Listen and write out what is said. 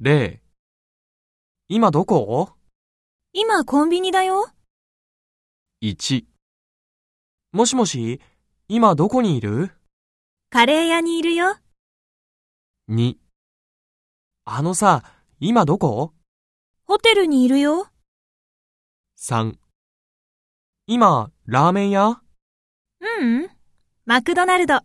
0今どこ今コンビニだよ。 ?1 もしもし、今どこにいるカレー屋にいるよ。 ?2 あのさ、今どこホテルにいるよ。 ?3 今、ラーメン屋ううん。マクドナルド。